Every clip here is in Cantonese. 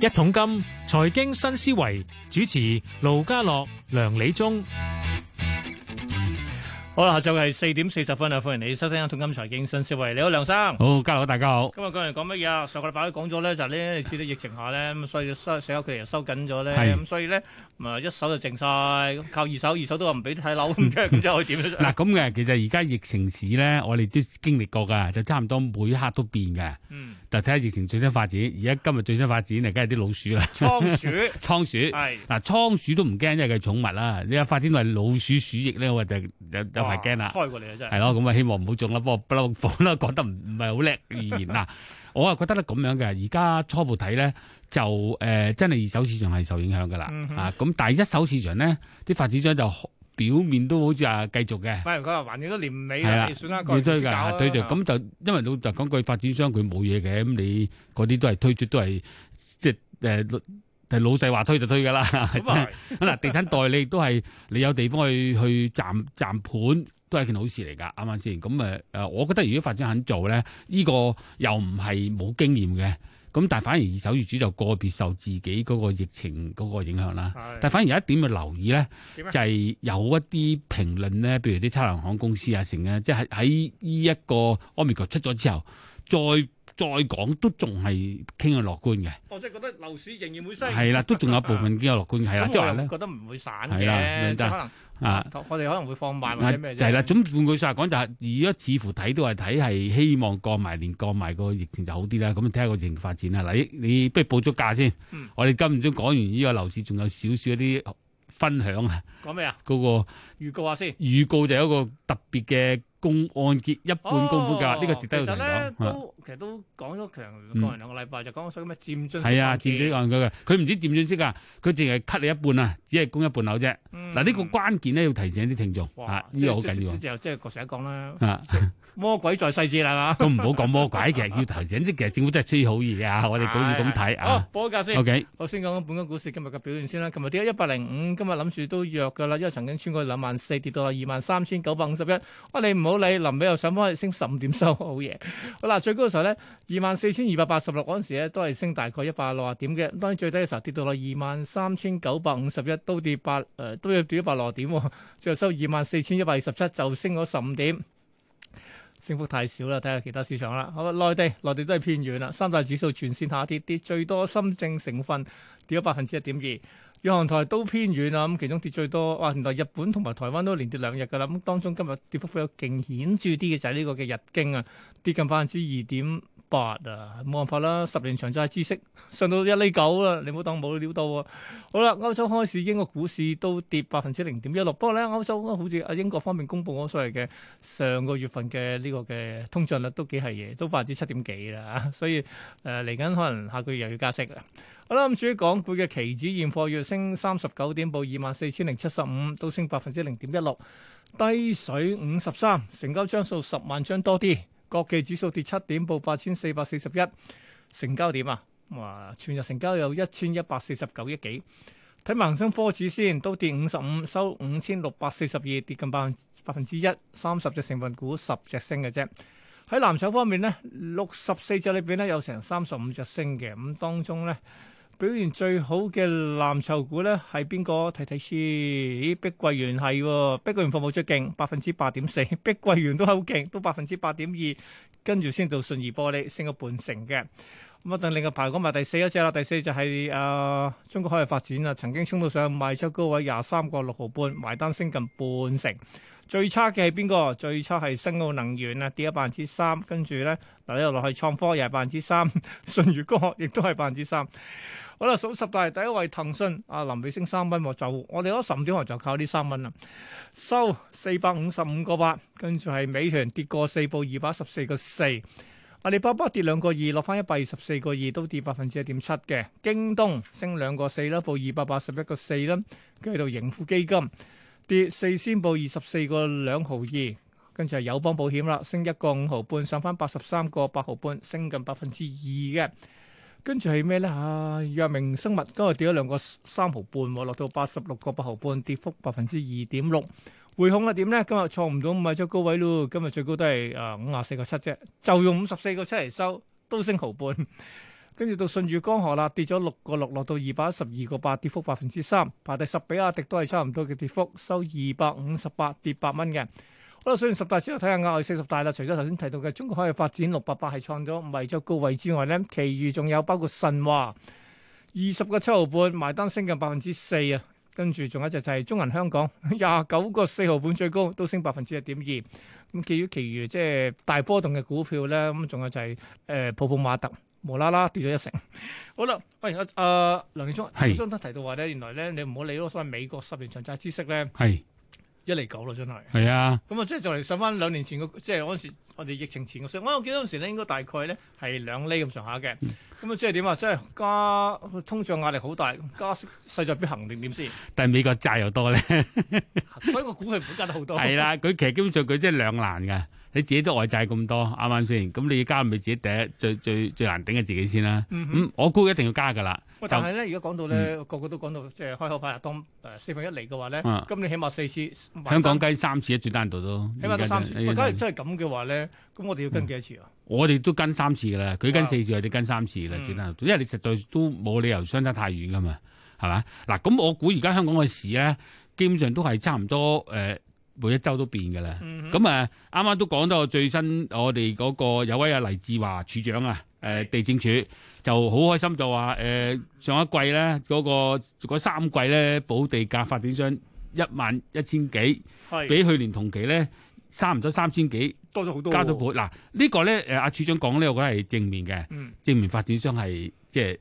一桶金財經新思維主持盧家樂、梁理中。好啦，下晝係四點四十分啊！歡迎你收聽《一桶金財經新思維》。你好，梁生。好，家樓大家好。今日講嚟講乜嘢啊？上個禮拜都講咗咧，就係呢，你知啲疫情下咧，咁所以社社交距離又收緊咗咧，係咁所以咧，咁啊一手就靜晒，靠二手，二手都話唔俾睇樓，咁即係咁即係可以點咧？嗱咁嘅，其實而家疫情市咧，我哋都經歷過㗎，就差唔多每刻都變嘅。嗯，但睇下疫情最新發展，而家今日最新發展嚟，梗係啲老鼠 啦，倉 鼠倉鼠。係嗱，倉鼠都唔驚，因為佢係寵物啦。你一發展到係老鼠鼠疫咧，我就有有排驚啦。哇開過嚟啊真係。係咯，咁啊希望唔好中啦。不過不嬲講啦，講得唔唔係好叻語言嗱。我啊覺得咧咁樣嘅，而家初步睇咧就誒、呃真係二手市場係受影響㗎啦。嗯哼啊，咁但係一手市場咧，啲發展商就表面都好似啊繼續嘅。反而佢話環境都年尾係啦，啦你算啦，要推各人㗎，各自推搞就啦咁就，因為老實講句，發展商佢冇嘢嘅，咁你嗰啲都係推出都係即係誒，係老細話推就推㗎啦。咁啊 咁嗱，地產代理亦都係你有地方去去站站盤，都係件好事嚟㗎，啱唔啱先？咁誒誒，我覺得如果發展肯做咧，呢、個又唔係冇經驗嘅，咁但係反而二手業主就個別受自己嗰個疫情嗰個影響啦。係但反而有一點要留意咧，就點啊係有一啲評論咧，譬如啲測量航空公司啊，成咧，即係喺呢一個 Omicron 出咗之後，再再講都仲係傾向樂觀嘅，我真係覺得樓市仍然會升。係啦，都仲有部分傾向樂觀嘅，係啦，啊咁即我係話又咧覺得唔會散係啦嘅，明即白係可能啊。我哋可能會放慢或啊者咩啫。就係啦，咁換句話講就係，而家似乎睇到係睇係希望過埋年過埋個疫情就好啲啦。咁睇下個疫情發展啦。嗱，你你不如報咗價先。嗯我哋今朝講完呢個樓市，仲有少少一啲分享啊。講咩啊？嗰、個預告下先。預告就有一個特別嘅公按揭一半公款價，呢、個值得哦其實有同咧人講。啊都其實都講咗強嗯個人兩個禮拜，就講咗咩佔中係啊，佔咗按佢嘅，佢唔知佔咗息啊，佢淨係 cut 你一半啊，只係供一半樓啫。嗱、嗱呢個關鍵咧要提醒啲聽眾啊，呢個好緊要啊就即係各成一講啦。啊。魔鬼在細節啦係嘛。都唔好講魔鬼，其實要提醒，即係其實政府真係需要好意啊！我哋好似咁睇啊好，。報個價先。 OK，我先講講本港股市今日嘅表現先啦。琴日跌咗一百零五，今日諗住都弱㗎啦，因為曾經穿過兩萬四，跌到二萬三千九百五十一。我哋唔好理，臨尾又上翻去升十五點收，好嘢。 好啦，最高嘅時候咧，二萬四千二百八十六嗰陣時咧，都係升大概一百六啊點嘅。當然最低嘅時候跌到落二萬三千九百五十一，都跌八誒、呃都要跌一百六啊點喎。最後收二萬四千一百二十七，就升咗十五點。升幅太少啦，睇下其他市場啦。好啊，內地內地都係偏軟啦，三大指數全線下跌，跌最多深證成分跌咗百分之一點二。日韓台都偏軟啦，咁其中跌最多，哇！原來日本同埋台灣都連跌兩日㗎啦。咁當中今日跌幅比較勁顯著啲嘅就係呢個嘅日經啊，跌近百分之二點八啊，冇辦法啦。十年長債孳息 上到一厘九啦，你唔好當冇料到喎。好啦，歐洲開市，英國股市都跌百分之零點一六。不過咧，歐洲好似啊英國方面公布嗰所謂嘅上個月份嘅呢個嘅通脹率都幾係嘢，都百分之七點幾啦。所以誒呃嚟緊可能下個月又要加息啦。好啦，咁至於港股嘅期指現貨，月升三十九點，報二萬四千零七十五，都升百分之零點一六，低水五十三，成交張數十萬張多啲。國企指數跌七點，報八千四百四十一，成交點啊，哇！全日成交有一千一百四十九億幾。睇埋恒生科指先，都跌五十五，收五千六百四十二，跌近百分百分之一，三十隻成分股十隻升嘅啫。喺藍籌方面咧，六十四隻裏邊咧有成三十五隻升嘅，咁當中咧表現最好嘅藍籌股咧係邊個？睇睇先，咦碧桂園係喎，碧桂園服務最勁，百分之八點四， 碧桂園都好勁，都百分之八點二，跟住先到信義玻璃升咗半成嘅。咁啊，等另一個排講埋第四一隻啦，第四就係、呃中國海外發展啦，曾經衝到上賣出高位廿三個六毫半，埋單升近半成。最差嘅係邊個？最差係新奧能源啊，跌咗百分之三，跟住咧嗱又落去創科又係百分之三，舜宇光學亦都係百分之三。好啦，數十大第一位騰訊，啊臨尾升三蚊喎，就我哋嗰十五點我就靠呢三蚊啦，收四百五十五個八，跟住係美團跌過四報二百一十四個四。阿里巴巴跌兩個二，落翻一百二十四個二，都跌百分之一點七嘅。京東升兩個四啦，報二百八十一個四啦。跟住到盈富基金跌四仙，報二十四個兩毫二。跟住係友邦保險啦，升一個五毫半，上翻八十三個八毫半，升近百分之二嘅。跟住係咩咧？啊，藥明生物今日跌咗兩個三毫半喎，落到八十六個八毫半，跌幅百分之二點六。匯控係點咧？今日錯唔到五米咗高位咯，今日最高都係誒五廿四個七啫，就用五十四個七嚟收，都升毫半。跟住到舜宇光學啦，跌咗六個六，落到二百一十二個八，跌幅百分之三，排第十。比亞迪都係差唔多嘅跌幅，收二百五十八，跌八蚊嘅。好啦，所以十大之後睇下額外四十大啦。除咗頭先提到嘅中國海嘅發展六百八係創咗迷咗高位之外咧，其餘仲有包括神華二十個七毫半，埋單升近百分之四啊。跟住仲有一隻就係中銀香港 廿九個四毫半最高，都升百分之一點二。咁至於其餘即係大波動嘅股票咧，咁仲有就係、誒、泡泡馬特無啦啦跌咗一成。 好啦，喂阿阿、梁建忠，係梁建忠都提到話咧，原來咧你唔好理嗰個所謂美國十年長債孳息咧係一厘九啦，真係。係啊，咁啊，即係就嚟上翻兩年前個，即係嗰陣時我哋疫情前個水。我記得嗰陣時咧，應該大概咧係兩厘咁上下嘅。咁啊，即係點啊？即係加通脹壓力好大，加息勢在必行定點 先？但係美國債 又多咧，所以我估佢唔會加得好多。係，啦，佢其實基本上佢真係兩難嘅。你自己都外債咁多，啱唔啱先？咁你要加咪自己第一最最最難頂嘅自己先啦。嗯咁、哼。我估一定要加㗎啦。喂，但係咧，如果講到咧，個個都講到即係開口派當誒四分一厘嘅話咧，啊咁你起碼四次埋單香港雞三次一轉單度都，起碼都三次。而家喂，假真係如真係咁嘅話咧，咁我哋要跟幾多次啊？我哋都跟三次噶啦，佢跟哇四次，我哋跟三次噶啦，啊嗯轉頭，因為你實在都冇理由相差太遠噶嘛，係嘛？嗱，咁我估而家香港嘅市咧，基本上都係差唔多誒、呃每一周都變噶啦。嗯哼，咁啊，啱啱都講到最新，我哋嗰個有位啊黎志華處長啊，誒、地政署就好開心就話誒、上一季咧嗰、個嗰三季咧補地價發展商一萬一千幾，係比去年同期咧差唔多三千幾。多咗好多喎。加到倍嗱，呢個咧誒阿處長講咧，我覺得係正面嘅，嗯，正面發展商係即係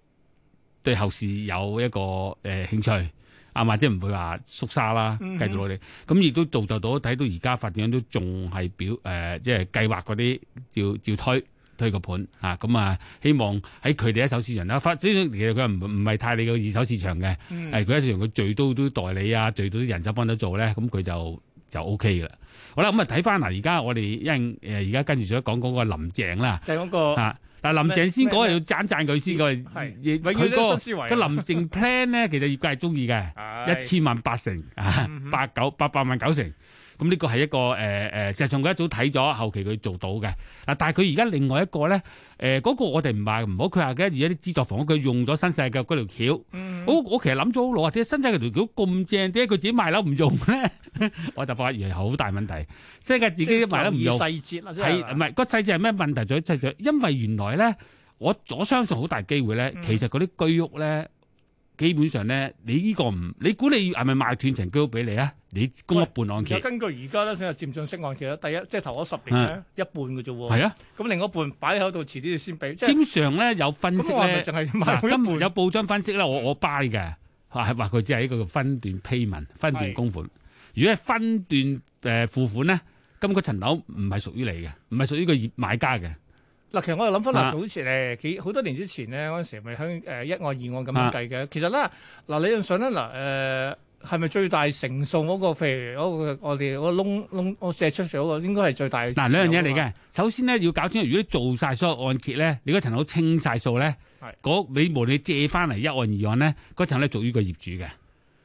對後市有一個誒、呃、興趣。啊嘛，即係唔會話縮沙啦，嗯哼繼續落嚟，咁亦都造就到睇到而家發展商都仲係表誒、呃即係計劃嗰啲要要推推個盤啊，咁啊，希望喺佢哋一手市場啦，發展商其實佢唔唔係太理個二手市場嘅，嗯誒佢一樣佢最多都代理啊，最多啲人手幫得做咧，咁佢就就 O K 噶啦。好啦，咁啊睇翻嗱，而家我哋因誒而家跟住想講嗰個林鄭啦就係嗰個嚇，嗱林鄭先講哦咩咩嗯要讚讚佢先，佢係佢永遠嗰都個係新思維啊。個 林鄭 plan 咧，其實業界係中意嘅，係一千萬八成啊嗯哼，八九八百萬九成。咁呢個係一個誒誒，呃實際上佢一早睇咗，後期佢做到嘅。嗱，但係佢而家另外一個咧，誒、嗰、個我哋唔話唔好，佢話嘅而家啲資助房屋佢用咗新世界嗰條橋。嗯我我其實諗咗好耐，點解新界條橋咁正，點解佢自己賣樓唔用咧？ 我就發現係好大問題，新界自己賣樓唔用，細節啦，即係啊唔係個細節係咩問題？在就因為原來咧，我我相信好大機會咧，嗯其實嗰啲居屋咧，基本上咧，你呢個唔，你估你係咪賣斷層居屋俾你啊？你供一半按揭有根據而家咧，先係漸進式按揭啦。第一即係頭嗰十年咧，一半嘅啫喎。係啊，咁另一半擺喺度，遲啲先俾。即基係本上咧有分析咁，我係咪咧。淨係買嗱，嗰一今半？有報章分析啦，我我 buy 嘅，啊話話佢只係一個分段 payment、分段供款。如果係分段誒、呃付款咧，咁嗰層樓唔係屬於你嘅，唔係屬於個業買家嘅。嗱，其實我又諗翻嗱，啊早好似誒幾好多年之前咧，嗰陣時咪響誒一案二案咁樣啊計嘅。其實咧，嗱理論上咧，嗱誒係咪最大成數嗰個？譬如嗰個我哋嗰個窿窿，我借出嚟嗰個應該係最大。嗱，兩樣嘢嚟。嘅。首先咧要搞清楚，如果你做晒所有按揭咧，你嗰層樓清晒數咧係，嗰你無論你借翻嚟一按二按咧，嗰層咧屬於個業主嘅，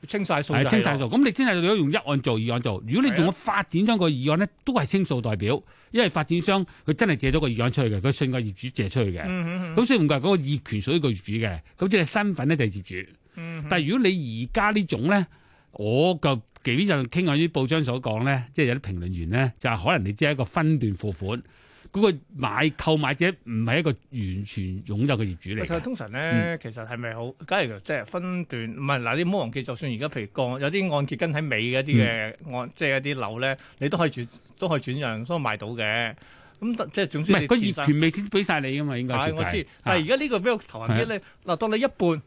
清晒數就係係啦清晒數。。咁你清晒數，你可以用一按做二按做。如果係啊你用咗發展商個二按咧，都係清數代表，因為發展商佢真係借咗個二按出去嘅，佢信個業主借出去嘅。嗯嗯咁所以唔係嗰個業權屬於個業主嘅，咁即係身份咧就係業主。嗯但係如果你而家呢種咧，我就基本上傾向於報章所講咧，即係有啲評論員咧就係、可能你只係一個分段付款，嗰、個買購買者唔係一個完全擁有嘅業主嚟喂其實嘅。通常咧，其實係咪好？假如即係分段，唔係嗱，你唔好忘記，就算而家譬如降有啲按揭跟喺尾嘅一啲嘅按，即係一啲樓咧，你都可以轉，都可以轉讓，所以賣到嘅。咁但即係總唔之係你個自業殺，權未先俾晒你噶嘛，應該係照我計知。啊但係而家呢個比較頭痕啲咧，嗱，當你一半，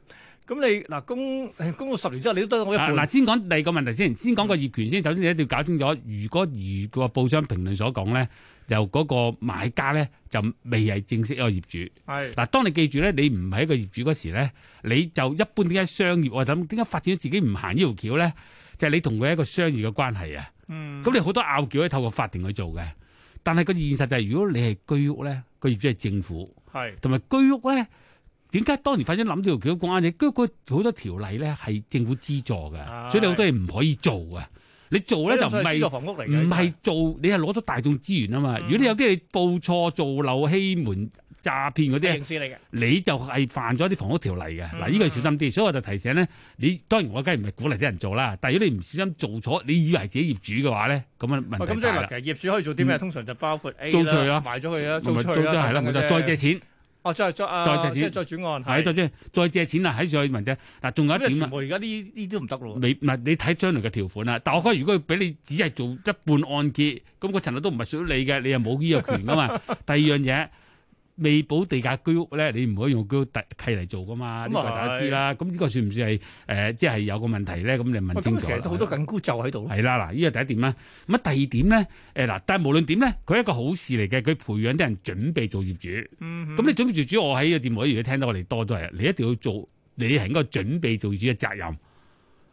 咁你嗱供供到十年之後，你都得我一啊半。嗱，先講第二個問題先，先講個業權先。首先你一定要搞清楚，如果如個報章評論所講咧，由嗰個買家咧就未係正式一個業主。係嗱，當你記住咧，你唔係一個業主嗰時咧，你就一般點解商業我諗點解發展自己唔行呢條橋咧？就係、你同佢一個商業嘅關係啊。嗯咁你好多拗撬咧，透過法庭去做嘅。但係個現實就係、如果你係居屋咧，個業主係政府，係同埋居屋咧，點解當年發展諗呢條橋講啱嘢？居屋好多條例咧係政府資助係嘅，所以你好多嘢唔可以做嘅。你做咧就唔呢係個。房屋嚟嘅，唔係做，你係攞咗大眾資源啊嘛。嗯如果你有啲你報錯、做漏、欺瞞、詐騙嗰啲刑。事嚟嘅，你就係犯咗啲房屋條例嘅，嗱嗯呢個要小心啲，所以我就提醒咧，你當然我梗係唔係鼓勵啲人做啦，但係如果你唔小心做咗，你以為自己業主嘅話咧，咁啊喂問咁題即係大嗱，啦，其實業主可以做啲咩？通常就包括 A 租出去啦啦賣咗佢啦，咪租出去啊咗係啦，等我等就嘅再啫借錢，哦，再再啊，再即借係錢再轉案係再係。借再借錢啊啦，喺上去問啫。嗱，仲有咁一你點啊全，部而家呢呢啲都唔得咯喎。你唔係你睇將來嘅條款啦，嗯但我覺得如果佢俾你只係做一半按揭，咁個層樓都唔係屬於你嘅，你又冇呢個權 噶嘛。第二樣嘢，未保地價居屋咧，你唔可以用居屋契嚟做噶嘛，呢咁個啊大家知啦。咁呢個算唔算係誒、呃即係有個問題咧？咁你喂問咁啊清其楚實啦。都好多緊箍咒喺度咯。係啦，嗱，呢個第一點啦。咁啊，第二點咧，誒嗱，但係無論點咧，佢係一個好事嚟嘅，佢培養啲人準備做業主。咁咁你準備做主，我喺個節目裏如果聽到我哋多都係，你一定要做，你係應該準備做主嘅責任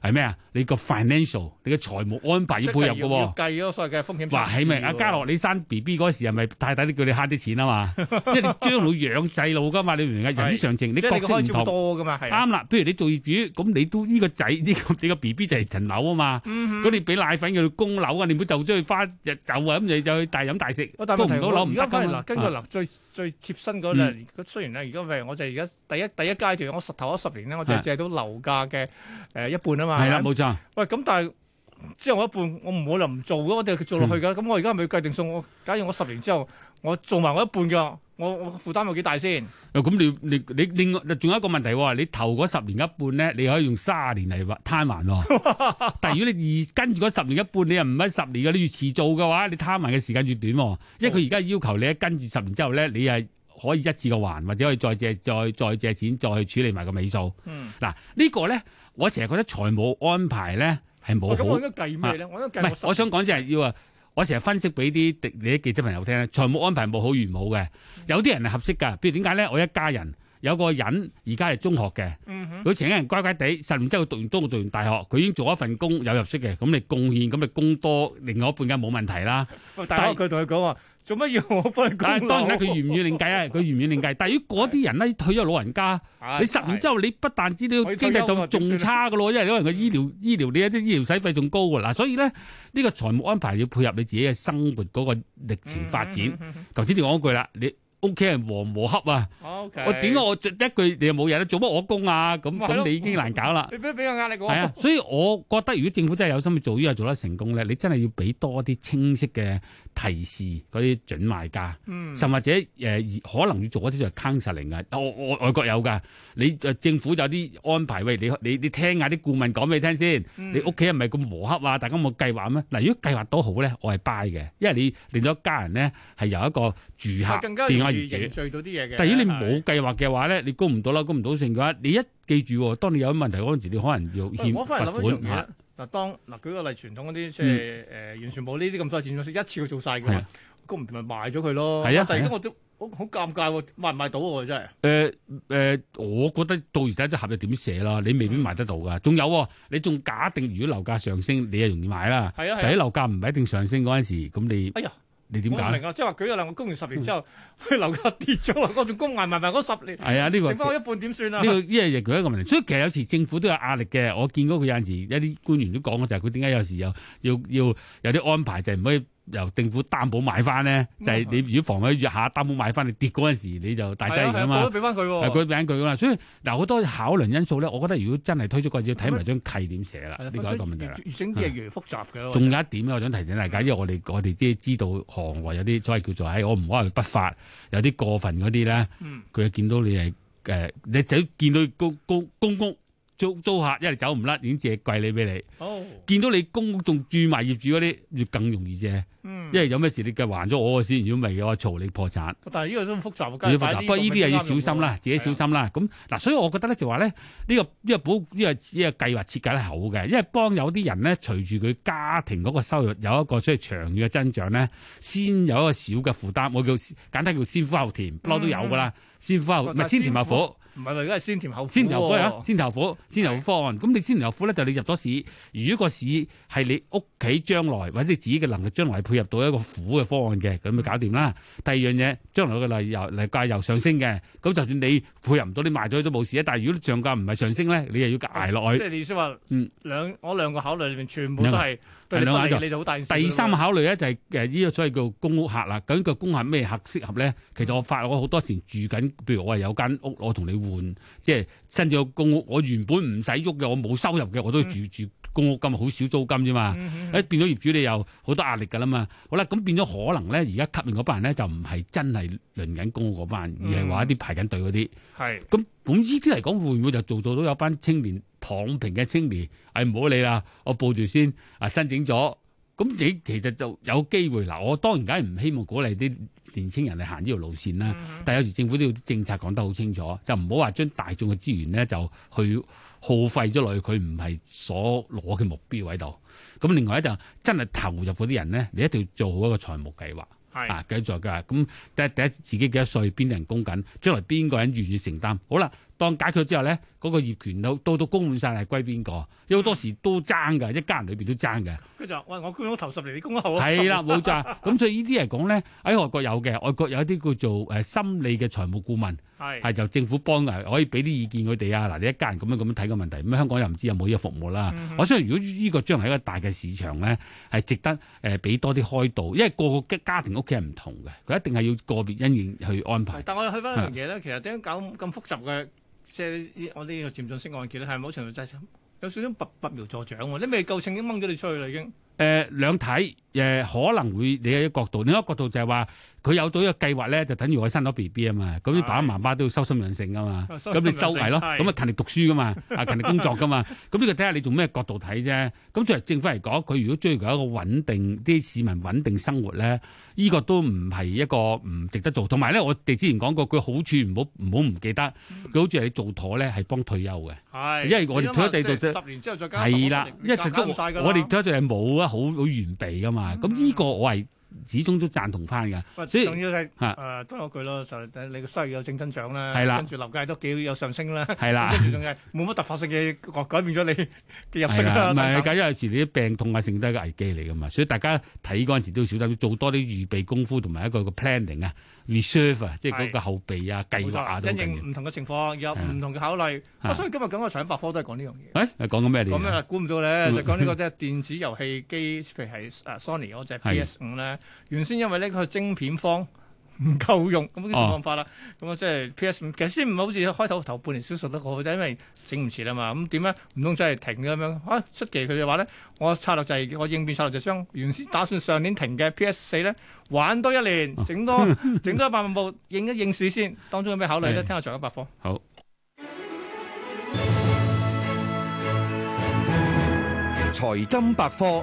係咩啊？你個 financial，你嘅財務安排要配合嘅要喎。計哦嗰個所謂嘅風險。話係咪阿嘉樂你生 B B 嗰時係咪太太都叫你慳啲錢啊 嘛？因為你將來養細路噶嘛，你明唔明啊？人之常情，你即係角你個色唔開支會同。多噶嘛？係啊。啱啦，譬如你做業主，咁你都呢個仔呢個你個 B B 就係層樓啊嘛，嗯咁你俾奶粉佢供樓啊，你唔好就將佢花日就啊咁你就去大飲大食，我供唔哦但係問題到樓我唔而得家㗎翻嚟嘛嗱，根據嗱最最貼身嗰兩，雖然咧，而家譬如我哋而家第一第一階段，我實頭嗰十年咧，我哋係借到樓價嘅誒一半啊嘛。係係啦，咪冇錯。喂，咁但係之後我一半，我唔可能唔做嘅，我哋做落去嘅。咁、我而家係咪要計定數？我假如我十年之後，我做埋我一半嘅，我我負擔有幾大先？又咁你你你另外仲有一個問題喎，你頭嗰十年一半咧，你可以用卅年嚟攤還喎。但係如果你二跟住嗰十年一半，你又唔係十年嘅，你越遲做嘅話，你攤還嘅時間越短喎。因為佢而家要求你一跟住十年之後咧，你係可以一次過還，或者可以再借再再借錢再去處理埋個尾數。嗯，嗱、呢個咧，我成日覺得財務安排咧係冇喂咁好我應該計咩咧？我應唔該計係，十我想講就係要啊！我成日分析俾啲迪你啲記者朋友聽咧，財務安排冇好與唔好嘅。嗯有啲人係合適㗎，譬如點解咧？我一家人有個人而家係中學嘅，嗯哼，佢成家人乖乖地，十年之後讀完中學讀完大學，佢已經做一份工有入息嘅，咁你貢獻，咁咪供多另外一半梗係冇問題啦。喂但係但佢同佢講話，做乜要我幫你供但係當然啦， 佢願願唔願另計啊，佢願唔願另計。但係如果嗰啲人咧退咗老人家，啊你十年之後你不但知道我要經退休濟仲喎點算啊嗯仲咧差嘅咯，因為可能個醫療醫療你一啲醫療使費仲高㗎嗱，所以咧呢個財務安排要配合你自己嘅生活嗰個歷程發嗯展。頭先你講嗰句啦，你屋企人和唔和洽啊？ O K，我點解我着一句你又冇嘢咧？做乜我供啊？咁咪係咯咁你已經難搞啦。你俾俾個壓力我？係啊，所以我覺得如果政府真係有心去做呢樣做得成功咧，你真係要俾多啲清晰嘅提示嗰啲準賣家。嗯，甚或者誒、呃可能要做一啲就係 counseling 嘅，我我外國有㗎。你誒政府有啲安排，喂，你你你聽下啲顧問講俾你聽先。嗯你屋企係咪咁和洽啊？大家有冇計劃咩？嗱，如果計劃到好咧，我係 buy 嘅，因為你令到一家人咧係由一個住咪客更加變咗容易業凝主。聚到啲嘢嘅。但係如果你冇計劃嘅話咧，你供唔到啦，供唔到成嘅話，你一記住喎，當你有問題嗰陣時，你可能要喂欠我翻嚟諗罰一樣嘢款啦。嗱，當嗱舉個例，傳統嗰啲即係誒完全冇呢啲咁多錢，所以一次過做晒㗎係嘛啊，咁唔咪賣咗佢咯。係啊但係而家係啊我都好好尷尬喎，賣唔賣到喎真係。誒誒、呃我覺得到而家啲合約點寫啦，你嗯未必買得到噶。仲有喎，你仲假定如果樓價上升，你係容易買啦。係啊但係啊。係樓價唔係一定上升嗰陣時，咁你哎呀，你點我搞唔咧？明啊，即係話舉個例，我供完十嗯年之後，佢樓價跌咗啦，我仲供埋埋埋嗰十年，係啊，呢、個剩翻我一半點算啊呢、？個呢係佢一個問題。所以其實有時政府都有壓力嘅。我見過佢有陣時一啲官員都講過，就係佢點解有時又要要有啲安排，就係唔可以由政府擔保買翻咧。就係、你如果房喺月下擔保買翻，你跌嗰陣時你就大嗯係劑啊係㗎啊嘛我都。俾翻佢係喎。佢名句㗎啦，所以嗱好多考量因素咧，我覺得如果真係推出個要睇埋張契點寫啦，呢個係一個問題啦。啊嗯越整啲嘢越嚟越複雜嘅。仲有一點咧，我想提醒大家，因為我哋我哋即係知道行外有啲所謂叫做喺我唔可以話不法，有啲過分嗰啲咧，嗯佢見到你係誒、呃你就見到公公公屋租租客，一係走唔甩，已經借貴你俾你；好，見到你公屋仲住埋業主嗰啲，要更容易借，嗯因，為有咩事你嘅還咗我先，如果唔係嘅話，嘈你破產。但係呢個都複雜嘅。要不過呢啲又啊要小心啦，自己小心啦。啊咁嗱，所以我覺得咧就話咧，呢個呢個保呢個呢個計劃設計得好嘅，因為幫有啲人咧，隨住佢家庭嗰個收入有一個即係長遠嘅增長咧，先有一個小嘅負擔。我叫簡單叫先苦後甜，不嬲都有噶嗯啦。先苦後唔係先甜後苦，唔係話而家係先甜後苦先甜後苦喎啊，先甜後苦，先甜後苦方案。咁你先甜後苦咧，就你入咗市，如果個市係你屋企將來或者你自己嘅能力將來配合到一個苦嘅方案嘅，咁咪搞掂啦。第二樣嘢，將來個例又例價又上升嘅，咁就算你配合唔到，你賣咗佢都冇事啊。但係如果漲價唔係上升咧，你又要捱落即去。係你意思話，嗯兩我兩個考慮裏面全部都兩個係對你兩不眼利就你就好大件事㗎啦喎。第三個考慮咧就係誒呢個所謂叫公屋客啦，究竟個公客咩客適合咧？其實我發我好多時住緊，譬如我係有間屋，我同你換，即係申咗公屋，我原本唔使喐嘅，我冇收入嘅，我都住住公屋金，好少租金啫嘛。嗯嗯，嗯，嗯，誒變咗業主你又好多壓力㗎啦嘛，好啦，咁變咗可能咧，而家吸引嗰班人咧就唔係真係輪緊公屋嗰班，而嗯係話一啲排緊隊嗰啲。係咁咁呢啲嚟講，會唔會就做到到有班青年躺平嘅青年？誒唔好理啦，我報住先啊，申請咗。咁你其實就有機會嗱，我當然梗係唔希望鼓勵啲年青人嚟行呢條路線啦。但係有時政府都要啲政策講得好清楚，就唔好話將大眾嘅資源咧就去耗費咗落去，佢唔係所攞嘅目標喺度。咁另外咧就真係投入嗰啲人咧，你一定要做好一個財務計劃。係啊，繼續㗎。咁第一第一自己幾多歲，邊啲人供緊，將來邊個人願意承擔？好啦，當解決之後咧，嗰、個業權到到到供滿晒係歸邊個？有好多時都爭㗎，一家人裏邊都爭㗎。跟住就話喂，我捐屋頭十年，你供屋後啊係啦，冇錯。咁所以呢啲嚟講咧，喺外國有嘅，外國有一啲叫做誒心理嘅財務顧問，係係就政府幫啊，可以俾啲意見佢哋啊。嗱，你一家人咁樣咁樣睇個問題，咁香港又唔知有冇呢個服務啦。我相信如果呢個將來係一個大嘅市場咧，係值得誒俾多啲開導，因為個個家庭屋企係唔同嘅，佢一定係要個別因應去安排。但我又去翻一樣嘢咧，其實點解搞咁複雜嘅，即係呢我呢個佔盡式案件咧，係某程度就係有少少拔拔苗助長喎。你未夠稱已經掹咗你出去啦，已經誒、兩呃睇誒、可能會你有一個角度，另一個角度就係話佢有咗呢個計劃咧，就等於我生咗 B B 啊嘛，咁啲爸爸媽媽都要收心養性啊嘛，啊收咁你心養收性係咯，係咁啊勤力讀書 噶嘛，啊勤力工作噶嘛，咁呢個睇下你從咩角度睇啫。咁作為政府嚟講，佢如果追求一個穩定啲市民穩定生活咧，呢、個都唔係一個唔值得做。同埋咧，我哋之前講過，佢好處唔好唔好唔記得，佢好似係你做妥咧係幫退休嘅。係因為我哋你諗下退咗地道即係啫十年之後再加十係年啦，你因為搞最搞終唔晒㗎啦嗯我哋都係冇啊，好好完備噶嘛。咁呢個我係始終都贊同翻嘅。喂所以仲要係嚇誒多一句咯，就係你個收入有正增長啦，係啦跟住樓價都幾有上升啦，係啦跟住仲係冇乜突發性嘅改改變咗你嘅入息啊係啦，啦，唔係等等咁，有時你啲病痛啊，剩低嘅危機嚟噶嘛。所以大家睇嗰陣時都要小心，做多啲預備功夫同埋一個個 planning 啊、reserve 啊，即係嗰個後備啊、計冇劃錯啊都好因緊要。應唔同嘅情況有係啊唔同嘅考慮，係啊所以今日講嘅上百科都係講呢樣嘢。誒，講緊咩嚟講咩㗎？啊啦？估唔到咧，啊嗯就講呢個即係電子遊戲機，譬如係誒 Sony 嗰只係 PS 五咧，原先因為呢個晶片方唔夠用，咁啲哦冇辦法啦。咁啊，即係 PS 五其實先唔係好似開頭頭半年銷售得好好啫，因為整唔切啊嘛。咁點咧？唔通真係停咁樣？啊，出奇佢哋話咧，我策略就係、我應變策略就係將原先打算上年停嘅 PS 四咧玩多一年，哦整 多整多一百萬部應一應試先。當中有咩考慮咧？係聽下長一百科。好。財金百科。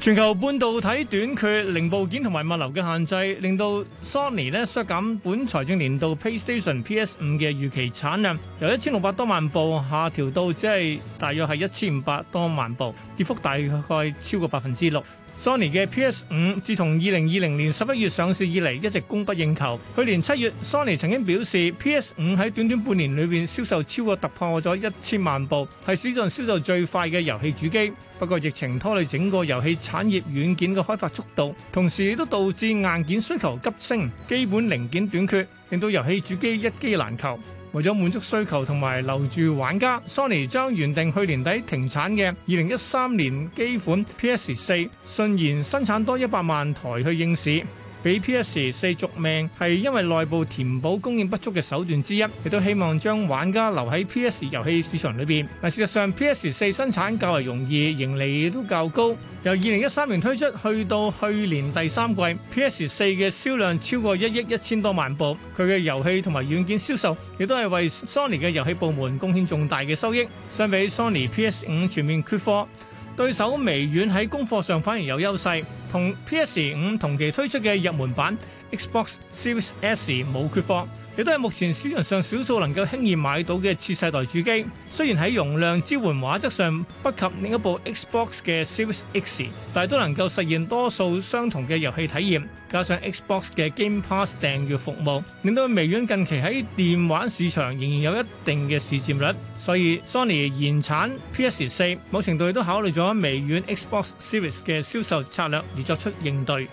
全球半導體短缺、零部件同埋物流嘅限制，令到 Sony 咧削減本財政年度 PlayStation PS 五嘅預期產量，由一千六百多萬部下調到只係大約係一千五百多萬部，跌幅大概超過百分之六。Sony 嘅 PS 五自從二零二零年十一月上市以嚟，一直供不應求。去年七月，Sony 曾經表示 PS 五喺短短半年裏邊銷售超過突破咗一千萬部，係史上銷售最快嘅遊戲主機。不過疫情拖累整個遊戲產業軟件嘅開發速度，同時亦都導致硬件需求急升，基本零件短缺，令到遊戲主機一機難求。為咗滿足需求同埋留住玩家，Sony 將原定去年底停產嘅二零一三年機款 PS 四順延生產多一百萬台去應市。俾 PS 四續命係因為內部填補供應不足嘅手段之一，亦都希望將玩家留喺 PS 遊戲市場裏邊。嗱，事實上 PS 四生產較為容易，盈利亦都較高。由二零一三年推出去到去年第三季，PS 四嘅銷量超過一億一千多萬部，佢嘅遊戲同埋軟件銷售亦都係為 Sony 嘅遊戲部門貢獻重大嘅收益。相比 Sony PS 五全面缺貨。對手微軟喺功課上反而有優勢，同 PS 五同期推出嘅入門版 Xbox Series S 冇缺貨，亦都係目前市場上少數能夠輕易買到嘅次世代主機。雖然喺容量支援畫質上不及另一部 Xbox 嘅 Series X，但係都能夠實現多數相同嘅遊戲體驗。加上 Xbox 嘅 Game Pass 訂閱服務，令到微軟近期喺電玩市場仍然有一定嘅市佔率。所以 Sony 延產 PS 四，某程度亦都考慮咗微軟 Xbox Series 嘅銷售策略而作出應對。